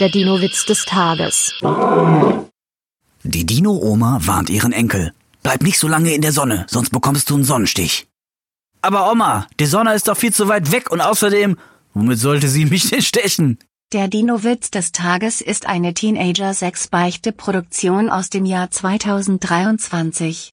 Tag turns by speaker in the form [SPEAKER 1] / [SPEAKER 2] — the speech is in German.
[SPEAKER 1] Der Dino-Witz des Tages.
[SPEAKER 2] Die Dino-Oma warnt ihren Enkel. Bleib nicht so lange in der Sonne, sonst bekommst du einen Sonnenstich. Aber Oma, die Sonne ist doch viel zu weit weg und außerdem, womit sollte sie mich denn stechen?
[SPEAKER 3] Der Dino-Witz des Tages ist eine Teenager-6-Beichte-Produktion aus dem Jahr 2023.